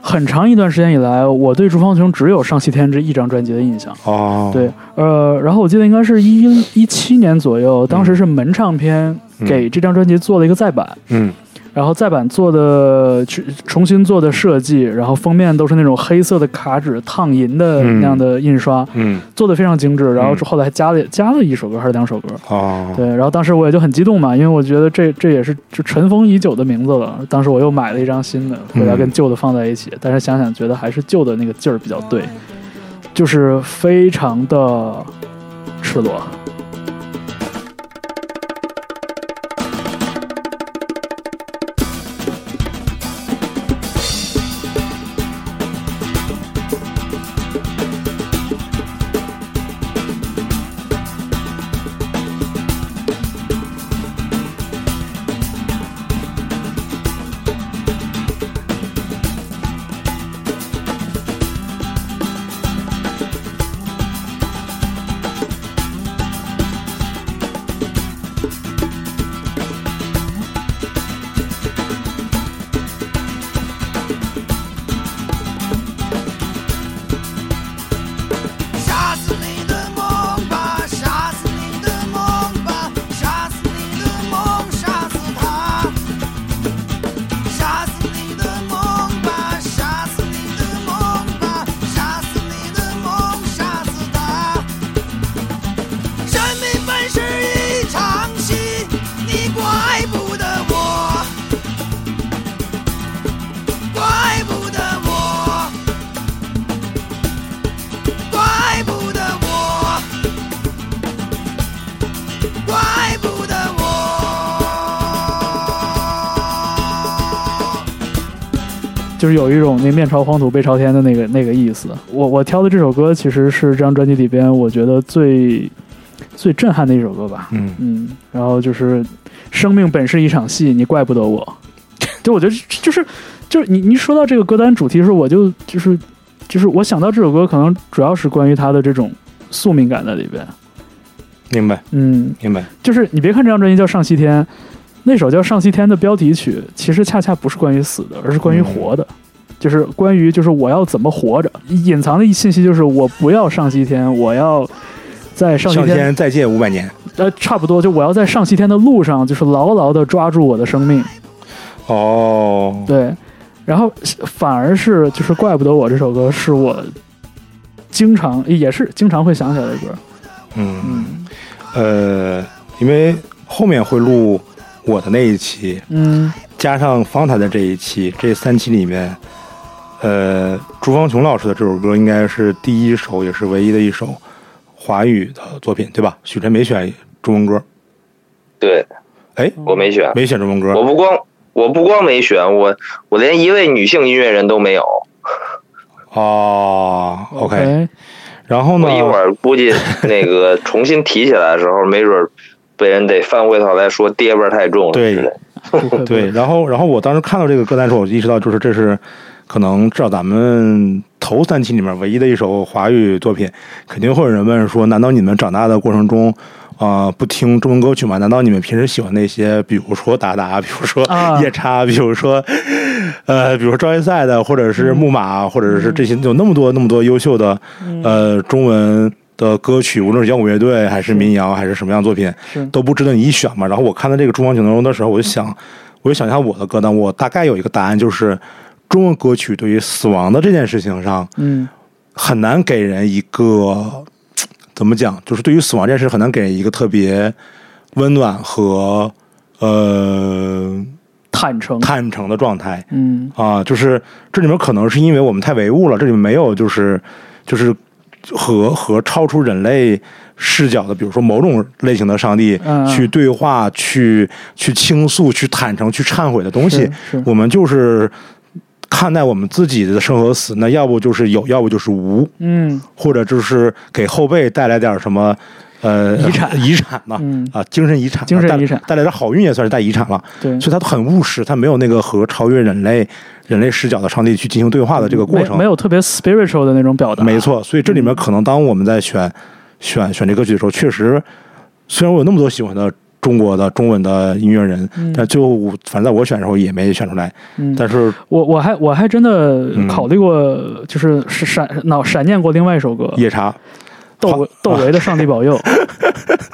Speaker 3: 很长一段时间以来，我对朱芳琼只有《上西天》这一张专辑的印象。
Speaker 2: 哦，
Speaker 3: 对，呃，然后我记得应该是一一七年左右，当时是门唱片给这张专辑做了一个再版，
Speaker 2: 嗯
Speaker 3: 然后再版做的去重新做的设计，然后封面都是那种黑色的卡纸烫银的
Speaker 2: 嗯
Speaker 3: 那样的印刷，
Speaker 2: 嗯，
Speaker 3: 做的非常精致。然后
Speaker 2: 嗯
Speaker 3: 后来还加了加了一首歌还是两首歌，
Speaker 2: 哦，
Speaker 3: 对。然后当时我也就很激动嘛，因为我觉得这这也是就尘封已久的名字了。当时我又买了一张新的，回来跟旧的放在一起，但是想想觉得还是旧的那个劲儿比较对，就是非常的赤裸。
Speaker 6: 我
Speaker 3: 就是有一种那面朝黄土背朝天的那个那个意思。我我挑的这首歌其实是这张专辑里边我觉得最最震撼的一首歌吧。
Speaker 2: 嗯，
Speaker 3: 嗯，然后就是生命本是一场戏，你怪不得我。 就我觉得这就是就是你你说到这个歌单主题的时候，我就就是就是我想到这首歌，可能主要是关于他的这种宿命感在里边。
Speaker 2: 明白
Speaker 3: 嗯，
Speaker 2: 明白，
Speaker 3: 就是你别看这张专辑叫《上西天》，那首叫《上西天》的标题曲，其实恰恰不是关于死的，而是
Speaker 2: 嗯
Speaker 3: 关于活的，就是关于就是我要怎么活着。隐藏的信息就是我不要上西天，我要在上西
Speaker 2: 上天再借五百年。
Speaker 3: 呃，差不多，就我要在上西天的路上，就是牢牢的抓住我的生命。
Speaker 2: 哦，
Speaker 3: 对，然后反而是就是怪不得我这首歌是我经常也是经常会想起来的歌。
Speaker 2: 嗯，
Speaker 3: 嗯
Speaker 2: 呃，因为后面会录我的那一期，
Speaker 3: 嗯
Speaker 2: 加上方台的这一期，这三期里面，呃，朱芳琼老师的这首歌应该是第一首，也是唯一的一首华语的作品，对吧？许晨没选中文歌，
Speaker 1: 对
Speaker 2: 哎，
Speaker 1: 我没选，
Speaker 2: 没选中文
Speaker 1: 我
Speaker 2: 歌，
Speaker 1: 不光我不光没选，我我连一位女性音乐人都没有。
Speaker 2: 哦，OK，, 然后呢
Speaker 1: 我？一会儿估计那个重新提起来的时候，没准儿被人得翻回头来说爹味儿太重了。
Speaker 2: 对
Speaker 1: 之类的
Speaker 3: 不会
Speaker 2: 对，，然后然后我当时看到这个歌单的时候，我就意识到，就是这是可能至少咱们头三期里面唯一的一首华语作品。肯定会有人问说，难道你们长大的过程中，啊、不听中文歌曲吗？难道你们平时喜欢那些，比如说达达，比如说
Speaker 3: 啊
Speaker 2: 夜叉，比如说呃，比如说赵一赛的，或者是木马，或者是这
Speaker 3: 嗯
Speaker 2: 些有那么多那么多优秀的呃中文。的歌曲，无论是摇滚乐队，还是民谣，还是什么样的作品，
Speaker 3: 是
Speaker 2: 都不值得你一选嘛。然后我看到这个《中央九龙》的时候，我就想，我就想一下我的歌单，我大概有一个答案，就是中文歌曲对于死亡的这件事情上，
Speaker 3: 嗯
Speaker 2: 很难给人一个怎么讲，就是对于死亡这件事，很难给人一个特别温暖和呃
Speaker 3: 坦诚，
Speaker 2: 坦诚的状态
Speaker 3: 嗯
Speaker 2: 啊。就是这里面可能是因为我们太唯物了，这里面没有就是就是和和超出人类视角的，比如说某种类型的上帝
Speaker 3: 嗯嗯
Speaker 2: 去对话、去去倾诉、去坦诚、去忏悔的东西
Speaker 3: 是。是
Speaker 2: 我们就是看待我们自己的生和死，那要不就是有，要不就是无。
Speaker 3: 嗯
Speaker 2: 或者就是给后辈带来点什么，呃，
Speaker 3: 遗产
Speaker 2: 遗产呐，
Speaker 3: 嗯
Speaker 2: 啊，精神遗产呐，
Speaker 3: 精神
Speaker 2: 带
Speaker 3: 遗产
Speaker 2: 带来点好运也算是带遗产了。
Speaker 3: 对，
Speaker 2: 所以它很务实，它没有那个和超越人类人类视角的上帝去进行对话的这个过
Speaker 3: 没
Speaker 2: 程，
Speaker 3: 没有特别 spiritual 的那种表达。
Speaker 2: 没，错。所以这里面可能当我们在选、选选这歌曲的时候，确实虽然我有那么多喜欢的。中国的中文的音乐人，
Speaker 3: 嗯
Speaker 2: 但最后我反正在我选的时候也没选出来。
Speaker 3: 嗯，
Speaker 2: 但是
Speaker 3: 我我还我还真的
Speaker 2: 嗯
Speaker 3: 考虑过，就是是闪脑闪念过另外一首歌，
Speaker 2: 夜叉
Speaker 3: 窦
Speaker 2: 好
Speaker 3: 唯窦唯的《上帝保佑》。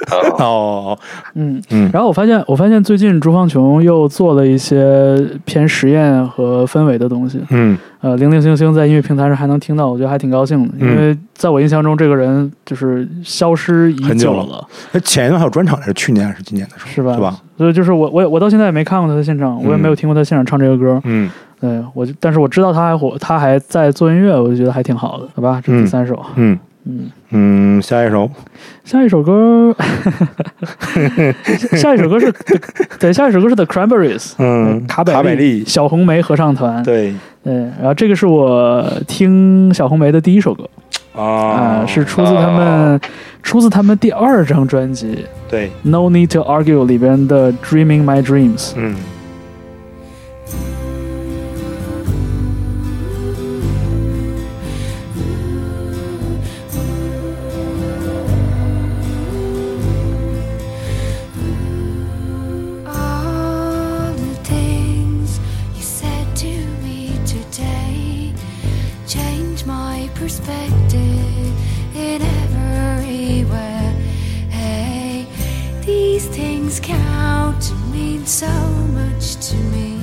Speaker 1: 啊，
Speaker 2: 哦，
Speaker 3: 嗯
Speaker 2: 嗯
Speaker 3: 然后我发现，我发现最近朱芳琼又做了一些偏实验和氛围的东西。
Speaker 2: 嗯
Speaker 3: 呃，零零星星在音乐平台上还能听到，我觉得还挺高兴的，
Speaker 2: 嗯
Speaker 3: 因为在我印象中，这个人就是消失已
Speaker 2: 很久
Speaker 3: 了，
Speaker 2: 了哎，前一段还有专场，还是去年还是今年的时候，
Speaker 3: 是吧？
Speaker 2: 是吧？
Speaker 3: 所以就是我，我也我到现在也没看过他的现场，我也
Speaker 2: 嗯
Speaker 3: 没有听过他现场唱这个歌。
Speaker 2: 嗯，
Speaker 3: 对我就，但是我知道他还火，他还在做音乐，我就觉得还挺好的，好吧？这是
Speaker 2: 嗯
Speaker 3: 第三首，
Speaker 2: 嗯
Speaker 3: 嗯
Speaker 2: 嗯，下一首，
Speaker 3: 下一首歌，下一首歌是，对，下一首歌是 The Cranberries，
Speaker 2: 嗯
Speaker 3: 卡百
Speaker 2: 卡百利
Speaker 3: 小红梅合唱团，
Speaker 2: 对
Speaker 3: 嗯，然后这个是我听小红梅的第一首歌，啊、
Speaker 2: 啊
Speaker 3: 是出自他
Speaker 2: 哦
Speaker 3: 们出自他们第二张专辑
Speaker 2: 对，
Speaker 3: 《No Need to Argue》里边的《Dreaming My Dreams》。
Speaker 2: 嗯
Speaker 7: All the things you said to me today change my perspective in every way. Hey, these things count and mean so much to me.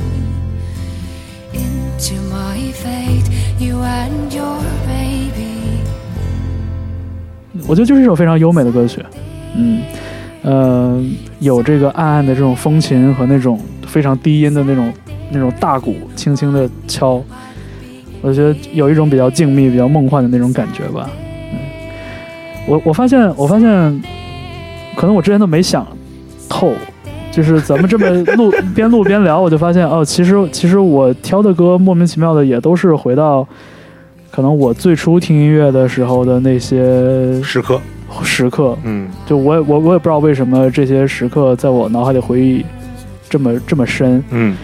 Speaker 7: Into my fate, you and your baby.
Speaker 3: 我觉得就是一首非常优美的歌曲，嗯，呃，有这个暗暗的这种风琴和那种非常低音的那种那种大鼓轻轻的敲，我觉得有一种比较静谧、比较梦幻的那种感觉吧。嗯，我我发现，我发现，可能我之前都没想透，就是咱们这么录 边录边聊，我就发现哦，其实其实我挑的歌莫名其妙的也都是回到可能我最初听音乐的时候的那些
Speaker 2: 时刻，
Speaker 3: 时刻，
Speaker 2: 嗯，
Speaker 3: 就我也我我也不知道为什么这些时刻在我脑海里回忆这么这么深。
Speaker 2: 嗯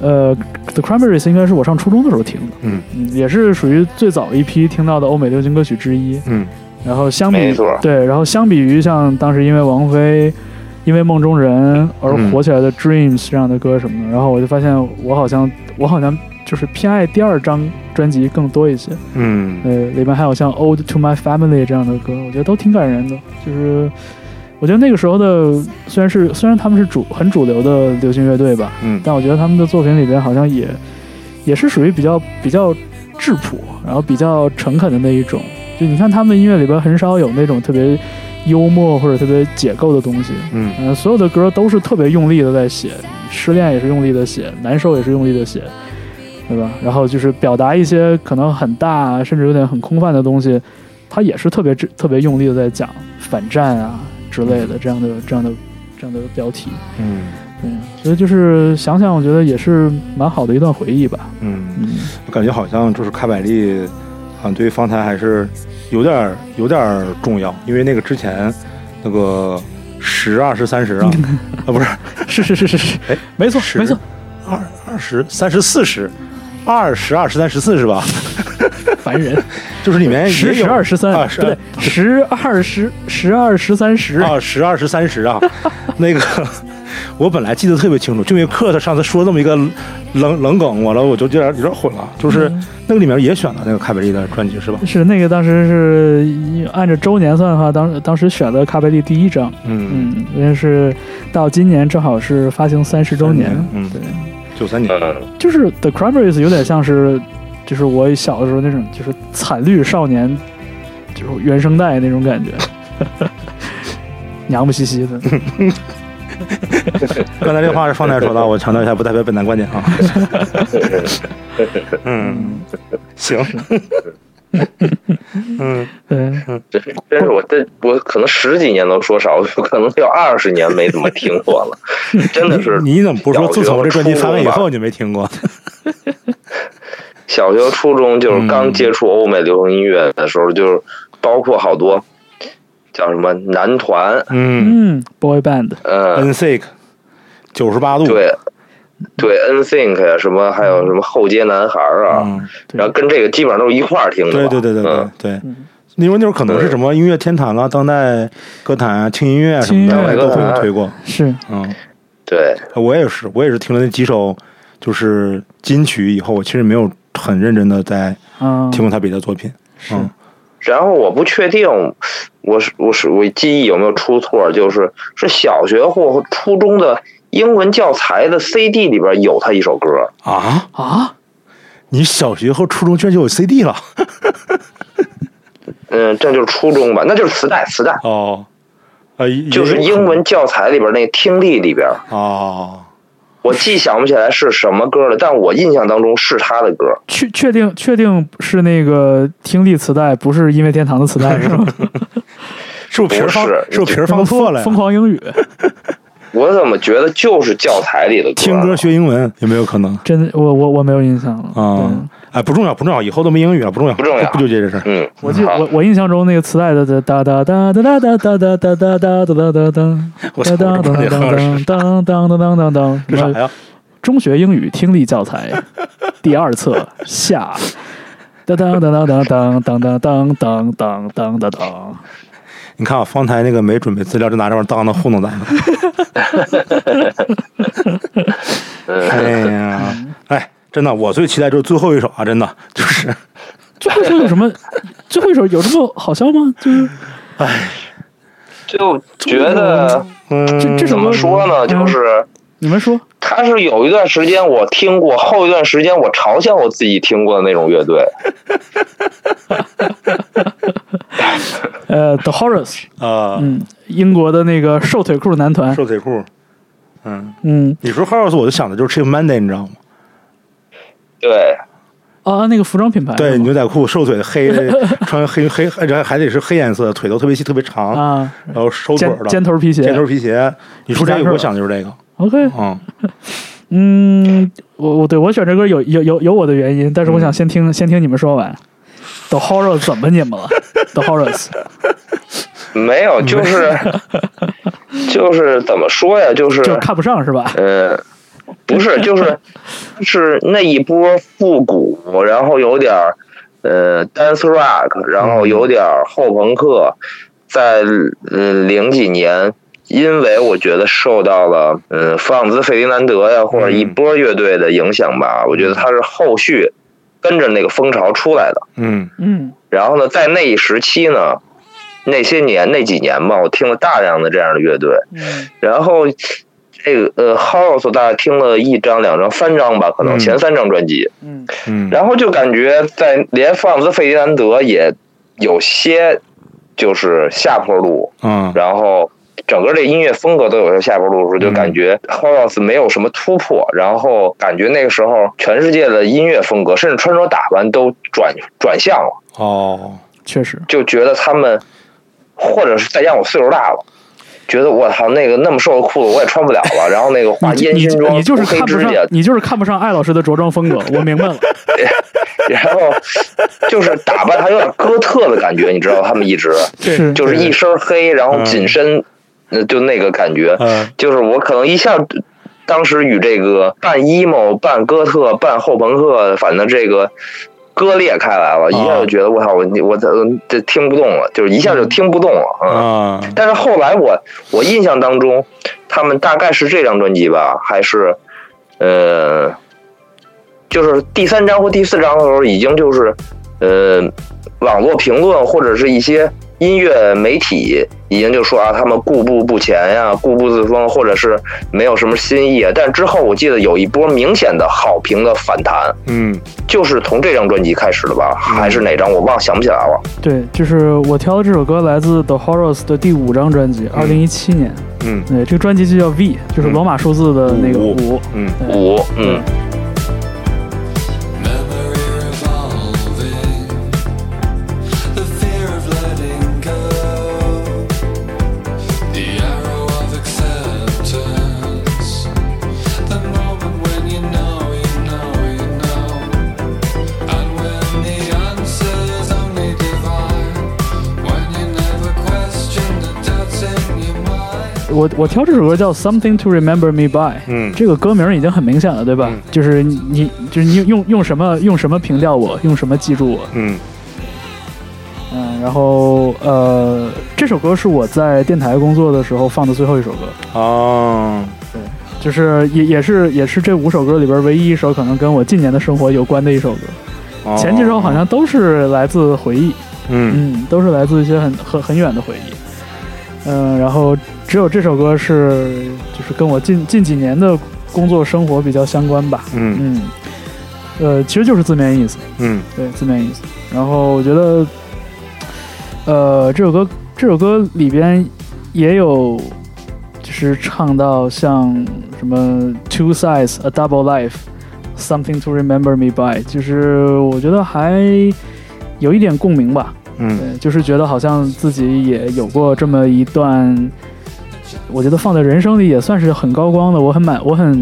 Speaker 3: 呃，The Cranberries 应该是我上初中的时候听的，
Speaker 2: 嗯
Speaker 3: 也是属于最早一批听到的欧美流行歌曲之一。
Speaker 2: 嗯
Speaker 3: 然后相比
Speaker 1: 没错
Speaker 3: 对，然后相比于像当时因为王菲、因为梦中人而
Speaker 1: 嗯
Speaker 3: 火起来的 Dreams 这样的歌什么的，然后我就发现我好像我好像就是偏爱第二张专辑更多一些。
Speaker 2: 嗯，
Speaker 3: 呃，里面还有像《Ode to My Family》这样的歌，我觉得都挺感人的。就是我觉得那个时候的，虽然是虽然他们是主很主流的流行乐队吧，
Speaker 2: 嗯
Speaker 3: 但我觉得他们的作品里边好像也也是属于比较比较质朴，然后比较诚恳的那一种。就你看他们音乐里边很少有那种特别幽默或者特别解构的东西，
Speaker 2: 嗯
Speaker 3: 嗯、所有的歌都是特别用力的在写，失恋也是用力的写，难受也是用力的写，对吧？然后就是表达一些可能很大，甚至有点很空泛的东西，他也是特别特别用力的在讲反战啊之类的这样的这样的这样的标题。
Speaker 2: 嗯
Speaker 3: 对，所以就是想想，我觉得也是蛮好的一段回忆吧。
Speaker 2: 嗯，
Speaker 3: 嗯，
Speaker 2: 我感觉好像就是卡百利，好像对于方台还是有点儿有点儿重要，因为那个之前那个十二十三十 啊，啊不是
Speaker 3: 是是是是是，
Speaker 2: 哎
Speaker 3: 没错
Speaker 2: 十
Speaker 3: 没错，
Speaker 2: 二二十三十四十。二十二十三十四是吧？
Speaker 3: 烦人。
Speaker 2: 就是里面也
Speaker 3: 十
Speaker 2: 有
Speaker 3: 十二十
Speaker 2: 啊
Speaker 3: 三，
Speaker 2: 是
Speaker 3: 对，十二十十二十三十，
Speaker 2: 啊，十二十三十 啊，那个我本来记得特别清楚，就因为克他上次说那么一个冷冷梗，我了我就有点有点混了，就是那个里面也选了那个凯美利的专辑是吧？
Speaker 3: 是那个当时是一按照周年算的话，当当时选了卡贝利第一张，
Speaker 2: 嗯，
Speaker 3: 嗯，因为是到今年正好是发行三十周年，
Speaker 2: 嗯
Speaker 3: 对，
Speaker 2: 九三年，
Speaker 1: 嗯，
Speaker 3: 就是 The Cranberries 有点像是，就是我小的时候那种就是惨绿少年，就是原声带那种感觉， 娘不兮兮的，
Speaker 2: 刚才这话是方台说的，我强调一下，不代表本台观点啊。嗯，行，嗯
Speaker 3: 对，
Speaker 1: 真是真是我这我可能十几年都说少，可能有二十年没怎么听过 了，真的是。
Speaker 2: 你怎么不说自从这专辑发完以后你没听过？
Speaker 1: 小学、初中
Speaker 2: 嗯
Speaker 1: 就是刚接触欧美流行音乐的时候，就是包括好多叫什么男团，
Speaker 2: 嗯
Speaker 3: 嗯，boy band，
Speaker 1: 嗯，
Speaker 2: ，N Sick，九十八度，
Speaker 1: 对对，N Sync 呀，什么还有什么后街男孩啊，
Speaker 2: 嗯，
Speaker 3: 对
Speaker 1: 然后跟这个基本上都是一块儿听的
Speaker 2: 对
Speaker 1: 吧，
Speaker 2: 对对对对
Speaker 1: 嗯
Speaker 2: 对
Speaker 3: 嗯。
Speaker 2: 因为那时候可能是什么音乐天堂啊、当代歌坛啊、轻音乐啊什么
Speaker 3: 轻音
Speaker 2: 的
Speaker 3: 乐
Speaker 2: 都会有推过。
Speaker 3: 是，
Speaker 2: 嗯，
Speaker 1: 对，
Speaker 2: 我也是，我也是听了那几首就是金曲以后，我其实没有很认真的在
Speaker 3: 嗯，
Speaker 2: 听过他别的作品。
Speaker 3: 是，
Speaker 2: 嗯
Speaker 1: 然后我不确定，我是我是我记忆有没有出错，就是是小学或初中的英文教材的 CD 里边有他一首歌，
Speaker 2: 啊，
Speaker 3: 啊，
Speaker 2: 你小学和初中居然就有 CD 了？
Speaker 1: 嗯，这就是初中吧，那就是磁带，磁带
Speaker 2: 哦，呃，也
Speaker 1: 就是英文教材里边那个听力里边，
Speaker 2: 哦，
Speaker 1: 我既想不起来是什么歌了，但我印象当中是他的歌，
Speaker 3: 确确定确定是那个听力磁带，不是音乐天堂的磁带是吗？
Speaker 2: 是不是皮儿放
Speaker 1: 不是
Speaker 2: 是不是皮儿放错了呀
Speaker 3: 疯？狂英 语，
Speaker 1: 我怎么觉得就是教材里的歌？啊
Speaker 2: 听歌学英文有没有可能
Speaker 3: 真的，我我我没有印象了。
Speaker 2: 啊？哎，不重要，不重要，以后都没英语了，不重要，
Speaker 1: 不重要
Speaker 2: 不纠 结这事儿。
Speaker 1: 嗯，
Speaker 3: 对，我记
Speaker 1: 好
Speaker 3: 我我印象中那个磁带的哒哒哒哒哒哒哒哒哒哒哒哒哒哒哒。
Speaker 2: 我操，
Speaker 3: 当
Speaker 2: 我
Speaker 3: 当
Speaker 2: 这不
Speaker 3: 当
Speaker 2: 知道
Speaker 3: 当当当当当当当，
Speaker 2: 这啥呀？
Speaker 3: 中学英语听力教材第二册下。 当当当当当当当当当当当当当，
Speaker 2: 你看啊，方台那个没准备资料，就拿这玩意儿当当糊弄咱们。哎呀，哎，真的，我最期待就是最后一首啊，真的就是，
Speaker 3: 最后一首有什么？最后一首有这么好笑吗？就是
Speaker 1: 就觉得
Speaker 2: 嗯，
Speaker 3: 这这首
Speaker 1: 怎么
Speaker 3: 歌嗯
Speaker 1: 说呢，就是。
Speaker 3: 你们说
Speaker 1: 他是有一段时间我听过，后一段时间我嘲笑我自己听过的那种乐队。
Speaker 3: 呃，The Horrors，
Speaker 2: 啊，
Speaker 3: 嗯，英国的那个瘦腿裤男团，
Speaker 2: 瘦腿裤，嗯，
Speaker 3: 嗯
Speaker 2: 你说 h o u s 我就想的就是 Chip Monday，你知道吗？
Speaker 1: 对，
Speaker 3: 啊，那个服装品牌是吗，
Speaker 2: 对，牛仔裤，瘦腿，黑，穿黑黑，而且还得是黑颜色，腿都特别细，特别长，
Speaker 3: 啊，
Speaker 2: 然后收腿
Speaker 3: 尖
Speaker 2: 的，
Speaker 3: 尖头皮鞋，
Speaker 2: 尖头皮鞋。你说这
Speaker 3: 皮夹
Speaker 2: 个，
Speaker 3: 克
Speaker 2: 我想的就是这个，
Speaker 3: OK，
Speaker 2: 嗯，
Speaker 3: 嗯，我我对我选这歌有有有有我的原因，但是我想先听、先听你们说完。The Horrors 怎么你们了？The Horrors，
Speaker 1: 没有，
Speaker 3: 嗯
Speaker 1: 就是 就是怎么说呀，就是
Speaker 3: 就是看不上是吧？
Speaker 1: 呃，不是，就是是那一波复古，然后有点儿呃 dance rock，然后有点儿后朋克，在呃零几年，因为我觉得受到了嗯弗朗兹·费迪南德呀或者一波乐队的影响吧，我觉得它是后续跟着那个风潮出来的。
Speaker 2: 嗯
Speaker 3: 嗯
Speaker 1: 然后呢，在那一时期呢，那些年那几年吧，我听了大量的这样的乐队，
Speaker 3: 嗯
Speaker 1: 然后这个呃 House 大概听了一张、两张、三张吧，可能
Speaker 2: 嗯
Speaker 1: 前三张专辑，
Speaker 3: 嗯
Speaker 2: 嗯，
Speaker 1: 然后就感觉在连弗朗兹·费迪南德也有些就是下坡路，
Speaker 2: 嗯
Speaker 1: 然后。整个这音乐风格都有些下坡路的时候，就感觉 House 没有什么突破，然后感觉那个时候全世界的音乐风格，甚至穿着打扮都转转向了。
Speaker 2: 哦，
Speaker 3: 确实，
Speaker 1: 就觉得他们，或者是再加上我岁数大了，觉得我操那个那么瘦的裤子我也穿不了了，然后那个画
Speaker 3: 你
Speaker 1: 烟
Speaker 3: 你
Speaker 1: 熏妆、
Speaker 3: 你就是
Speaker 1: 涂黑
Speaker 3: 看不
Speaker 1: 指
Speaker 3: 上
Speaker 1: 甲，，
Speaker 3: 你就是看不上艾老师的着装风格，我明白了。
Speaker 1: 然后就是打扮还有点哥特的感觉，你知道他们一直
Speaker 3: 是
Speaker 1: 就是一身黑，然后
Speaker 2: 嗯
Speaker 1: 紧身，呃就那个感觉，
Speaker 2: 嗯
Speaker 1: 就是我可能一下。当时与这个半 emo、半哥特、半后朋克，反正这个割裂开来了，一
Speaker 3: 啊
Speaker 1: 下就觉得我操，我我这这听不动了，就是一下就听不动了，嗯，
Speaker 2: 啊，
Speaker 1: 但是后来我我印象当中，他们大概是这张专辑吧，还是呃，就是第三张或第四张的时候，已经就是呃，网络评论或者是一些音乐媒体已经就说啊，他们固步不前呀，固步自封，或者是没有什么新意啊。但之后我记得有一波明显的好评的反弹，
Speaker 2: 嗯
Speaker 1: 就是从这张专辑开始的吧，还是哪张我忘想不起来了。
Speaker 3: 对，就是我挑的这首歌来自 The Horrors 的第五张专辑，二零一七年。
Speaker 2: 嗯
Speaker 3: 对，这个专辑就叫 V，就是罗马数字的那个
Speaker 2: 嗯
Speaker 3: 五。
Speaker 2: 嗯
Speaker 3: 对
Speaker 1: 五，嗯，
Speaker 6: Memory revolving, the fear of letting go, the arrow of acceptance, the moment when you know, you know, you know, and when the answers only divide, when you never question the doubts in your mind.
Speaker 3: 我我挑这首歌叫《Something to Remember Me By》，
Speaker 2: 嗯
Speaker 3: 这个歌名已经很明显了，对吧？
Speaker 2: 嗯
Speaker 3: 就是你，就是你用用什么用什么评调我，用什么记住我，
Speaker 2: 嗯
Speaker 3: 嗯，然后呃，这首歌是我在电台工作的时候放的最后一首歌，
Speaker 2: 啊，
Speaker 3: 就是也也是也是这五首歌里边唯一一首可能跟我近年的生活有关的一首歌，
Speaker 2: 哦
Speaker 3: 前几首好像都是来自回忆，
Speaker 2: 嗯
Speaker 3: 嗯，都是来自一些很很很远的回忆。嗯，然后只有这首歌是就是跟我近近几年的工作生活比较相关吧。
Speaker 2: 嗯
Speaker 3: 嗯，呃，其实就是字面意思，
Speaker 2: 嗯
Speaker 3: 对字面意思。然后我觉得，呃，这首歌这首歌里边也有就是唱到像什么 two sides a double life something to remember me by，就是我觉得还有一点共鸣吧。
Speaker 2: 嗯
Speaker 3: 对，就是觉得好像自己也有过这么一段，我觉得放在人生里也算是很高光的，我很满我很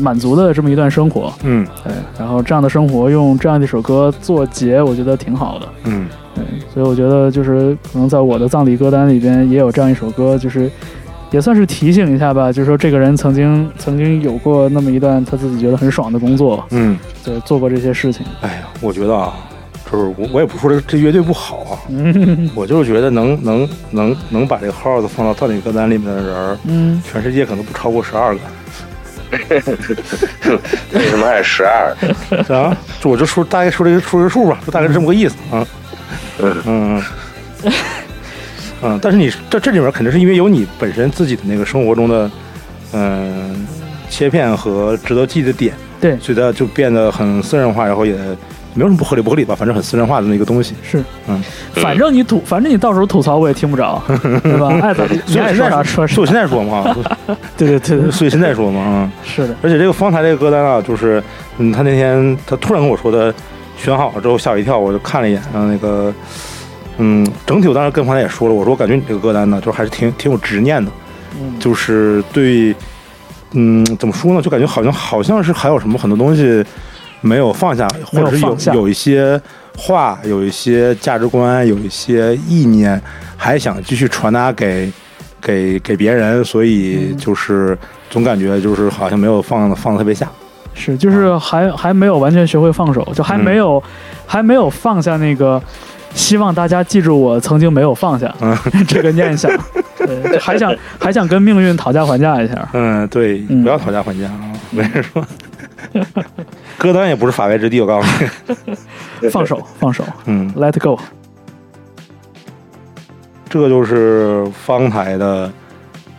Speaker 3: 满足的这么一段生活。
Speaker 2: 嗯
Speaker 3: 对，然后这样的生活用这样的一首歌做结，我觉得挺好的。
Speaker 2: 嗯
Speaker 3: 对，所以我觉得就是可能在我的葬礼歌单里边也有这样一首歌，就是。也算是提醒一下吧，就是说这个人曾经曾经有过那么一段他自己觉得很爽的工作，
Speaker 2: 嗯，
Speaker 3: 对，做过这些事情，
Speaker 2: 哎呀，我觉得啊，就是我我也不说这这乐队不好啊，
Speaker 3: 嗯
Speaker 2: 我就是觉得能能能能把这个 house 放到到你歌单里面的人儿，
Speaker 3: 嗯，
Speaker 2: 全世界可能不超过十二个。
Speaker 1: 为什么还是十二？
Speaker 2: 啊，就我就说大概说这个说这个数吧，就大概是这么个意思啊。嗯嗯嗯嗯，但是你这这里面肯定是因为有你本身自己的那个生活中的嗯、切片和值得记的点，
Speaker 3: 对，
Speaker 2: 所以它就变得很私人化，然后也没有什么不合理不合理吧，反正很私人化的那个东西。
Speaker 3: 是，
Speaker 2: 嗯，
Speaker 3: 反正你吐，反正你到时候吐槽我也听不 着，对吧？哎爱咋你
Speaker 2: 所以
Speaker 3: 爱
Speaker 2: 我现
Speaker 3: 说啥
Speaker 2: 在
Speaker 3: 啊说啥
Speaker 2: 所以我，现在说嘛，
Speaker 3: 对对对对，
Speaker 2: 所以现在说嘛啊。
Speaker 3: 是的，
Speaker 2: 而且这个方台这个歌单啊，就是，嗯，他那天他突然跟我说的，选好了之后吓我一跳，我就看了一眼，然后那个，嗯，整体我当时跟方台也说了，我说我感觉你这个歌单呢，就还是挺挺有执念的，
Speaker 3: 嗯，
Speaker 2: 就是对嗯，怎么说呢？就感觉好像好像是还有什么很多东西没有放下，
Speaker 3: 没
Speaker 2: 或
Speaker 3: 有
Speaker 2: 者是有
Speaker 3: 放下
Speaker 2: 有一些话、有一些价值观、有一些意念，还想继续传达给给给别人，所
Speaker 3: 嗯
Speaker 2: 以就是总感觉就是好像没有放放得特别下。
Speaker 3: 是，就是还还没有完全学会放手，就还没
Speaker 2: 嗯
Speaker 3: 有、还没有放下那个希望大家记住我曾经没有放下、
Speaker 2: 嗯
Speaker 3: 这个念想，对，就还 想还想跟命运讨价还价一下。
Speaker 2: 嗯，对，
Speaker 3: 嗯
Speaker 2: 不要讨价还价啊！我跟你说， 歌单也不是法外之地，我 告诉你。
Speaker 3: 放 手，放手
Speaker 2: 嗯，
Speaker 3: ，Let go。
Speaker 2: 这个就是方台的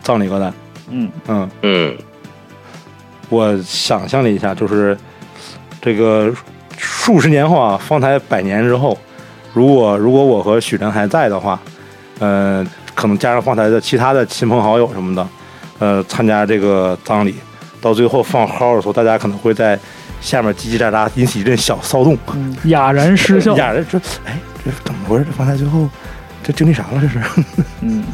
Speaker 2: 葬礼歌单。
Speaker 3: 嗯
Speaker 2: 嗯，
Speaker 1: 嗯，
Speaker 2: 我想象了一下，就是这个数十年后啊，方台百年之后，如果如果我和许晨还在的话，呃，可能加上方台的其他的亲朋好友什么的，呃，参加这个葬礼，到最后放号的时候，大家可能会在下面叽叽喳喳，引起一阵小骚动。
Speaker 3: 嗯，哑然失笑。
Speaker 2: 俩人说：“哎，这怎么回事？这方台最后这经历啥了？这是
Speaker 3: 嗯，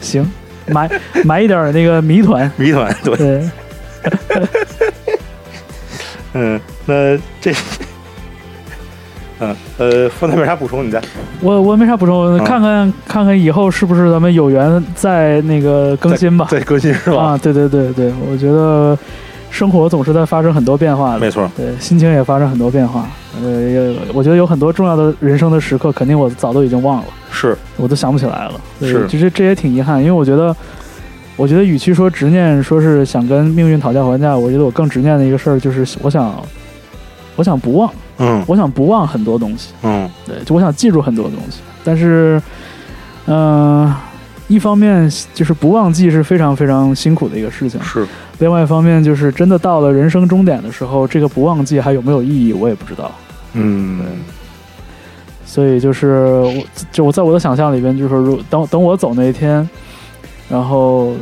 Speaker 3: 行，买买一点儿那个谜团。
Speaker 2: 谜团。”对，
Speaker 3: 对，
Speaker 2: 嗯，那这，嗯呃，方台没啥补充，你再
Speaker 3: 我我没啥补充，
Speaker 2: 嗯
Speaker 3: 看看看看以后是不是咱们有缘再那个更新吧。
Speaker 2: 再更新是吧？
Speaker 3: 啊，对对对对，我觉得生活总是在发生很多变化的，
Speaker 2: 没错，
Speaker 3: 对，心情也发生很多变化。呃，也我觉得有很多重要的人生的时刻，肯定我早都已经忘了，
Speaker 2: 是
Speaker 3: 我都想不起来了。对
Speaker 2: 是
Speaker 3: 就是这也挺遗憾，因为我觉得，我觉得与其说执念，说是想跟命运讨价还价，我觉得我更执念的一个事儿就是我想，我想不忘，
Speaker 2: 嗯
Speaker 3: 我想不忘很多东西。
Speaker 2: 嗯
Speaker 3: 对，就我想记住很多东西，但是，嗯、一方面就是不忘记是非常非常辛苦的一个事情，
Speaker 2: 是
Speaker 3: 另外一方面就是真的到了人生终点的时候，这个不忘记还有没有意义，我也不知道。
Speaker 2: 嗯
Speaker 3: 所以就是我，就我在我的想象里边，就是说如等等我走那一天，然后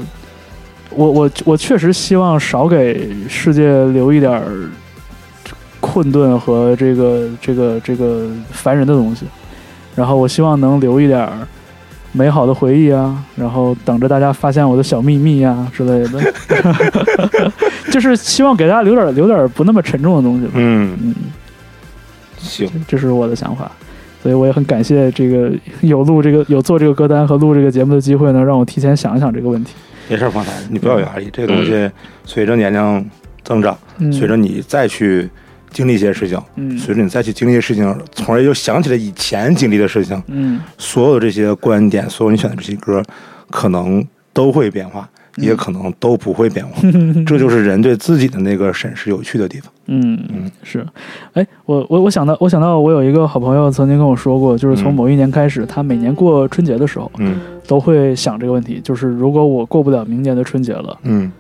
Speaker 3: 我我我确实希望少给世界留一点儿困顿和这个这个这个烦人的东西，然后我希望能留一点儿美好的回忆啊，然后等着大家发现我的小秘密啊之类的，就是希望给大家留点儿留点儿不那么沉重的东西吧，
Speaker 2: 嗯，
Speaker 3: 嗯。
Speaker 2: 行，
Speaker 3: 这是我的想法。所以我也很感谢这个有录这个有做这个歌单和录这个节目的机会呢，让我提前想一想这个问题。
Speaker 2: 没事儿，方台，你不要有压力，这个东西随着年龄增长，
Speaker 3: 嗯
Speaker 2: 随着你再去经历一些事情，
Speaker 3: 嗯
Speaker 2: 随着你再去经历一些事情，从而又想起了以前经历的事情，
Speaker 3: 嗯
Speaker 2: 所有的这些观点，所有你选的这些歌，可能都会变化，也可能都不会变化。这就是人对自己的那个审视有趣的地方。
Speaker 3: 嗯是，哎，我我我想到我想到我有一个好朋友曾经跟我说过，就是从
Speaker 2: 嗯
Speaker 3: 某一年开始，他每年过春节的时候
Speaker 2: 嗯
Speaker 3: 都会想这个问题，就是如果我过不了明年的春节了，
Speaker 2: 嗯，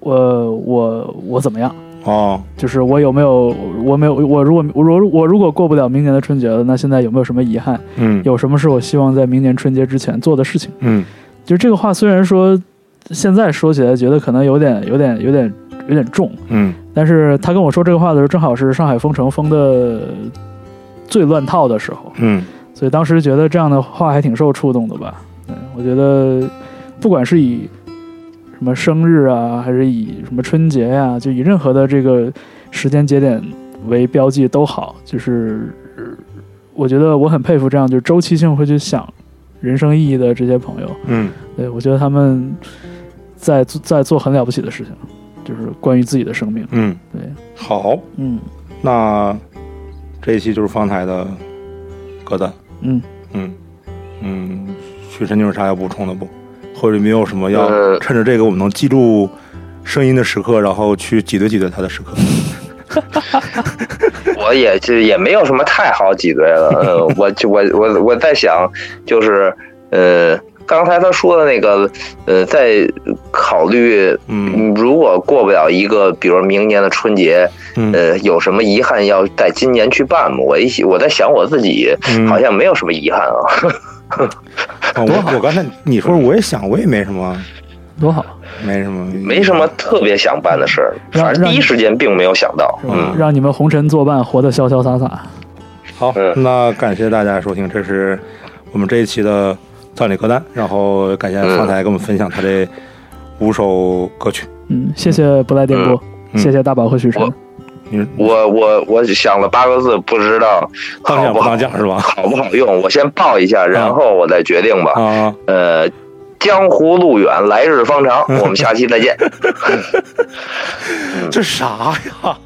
Speaker 3: 我我我怎么样？
Speaker 2: 哦，
Speaker 3: 就是我有没有我没有我如果我如我如果过不了明年的春节了，那现在有没有什么遗憾？
Speaker 2: 嗯
Speaker 3: 有什么是我希望在明年春节之前做的事情？
Speaker 2: 嗯
Speaker 3: 就这个话虽然说现在说起来觉得可能有点有点有点有点重，
Speaker 2: 嗯
Speaker 3: 但是他跟我说这个话的时候，正好是上海封城封的最乱套的时候，
Speaker 2: 嗯
Speaker 3: 所以当时觉得这样的话还挺受触动的吧。嗯，我觉得不管是以什么生日啊，还是以什么春节呀、就以任何的这个时间节点为标记都好，就是呃我觉得我很佩服这样就是周期性会去想人生意义的这些朋友。
Speaker 2: 嗯
Speaker 3: 对，我觉得他们在做在做很了不起的事情，就是关于自己的生命。
Speaker 2: 嗯，
Speaker 3: 对，
Speaker 2: 好，
Speaker 3: 嗯
Speaker 2: 那这一期就是方台的歌单。
Speaker 3: 嗯，
Speaker 2: 嗯嗯，许晨，你有啥要补充的不？或者有没有什么要
Speaker 1: 呃
Speaker 2: 趁着这个我们能记住声音的时刻，然后去挤兑挤兑他的时刻？
Speaker 1: 我也就也没有什么太好挤兑了。呃，我就我我我在想，就是呃，刚才他说的那个，呃，在考虑，
Speaker 2: 嗯，
Speaker 1: 如果过不了一个，比如明年的春节，
Speaker 2: 嗯
Speaker 1: 呃，有什么遗憾要在今年去办吗？我一想我在想我自己，
Speaker 2: 嗯
Speaker 1: 好像没有什么遗憾啊。
Speaker 2: 啊我我刚才你说我也想，我也没什么，
Speaker 3: 多好，
Speaker 2: 没什么，
Speaker 1: 没什么特别想办的事儿，
Speaker 3: 让
Speaker 1: 反正第一时间并没有想到。
Speaker 2: 嗯
Speaker 3: 让你们红尘作伴，活得潇潇洒洒。
Speaker 2: 好，
Speaker 1: 嗯
Speaker 2: 那感谢大家收听，这是
Speaker 1: 嗯
Speaker 2: 我们这一期的葬礼歌单，然后感谢方台给我们分享他这五首歌曲。
Speaker 3: 嗯，谢谢不赖电波，
Speaker 2: 嗯
Speaker 3: 谢谢大宝和许晨
Speaker 1: 我。我我我想了八个字，不知道
Speaker 2: 当
Speaker 1: 好
Speaker 2: 讲
Speaker 1: 不
Speaker 2: 不
Speaker 1: 好
Speaker 2: 当讲是吧？
Speaker 1: 好不好用，我先报一下，然后我再决定吧。
Speaker 2: 啊，
Speaker 1: 呃，江湖路远，来日方长，我们下期再见。
Speaker 2: 这啥呀？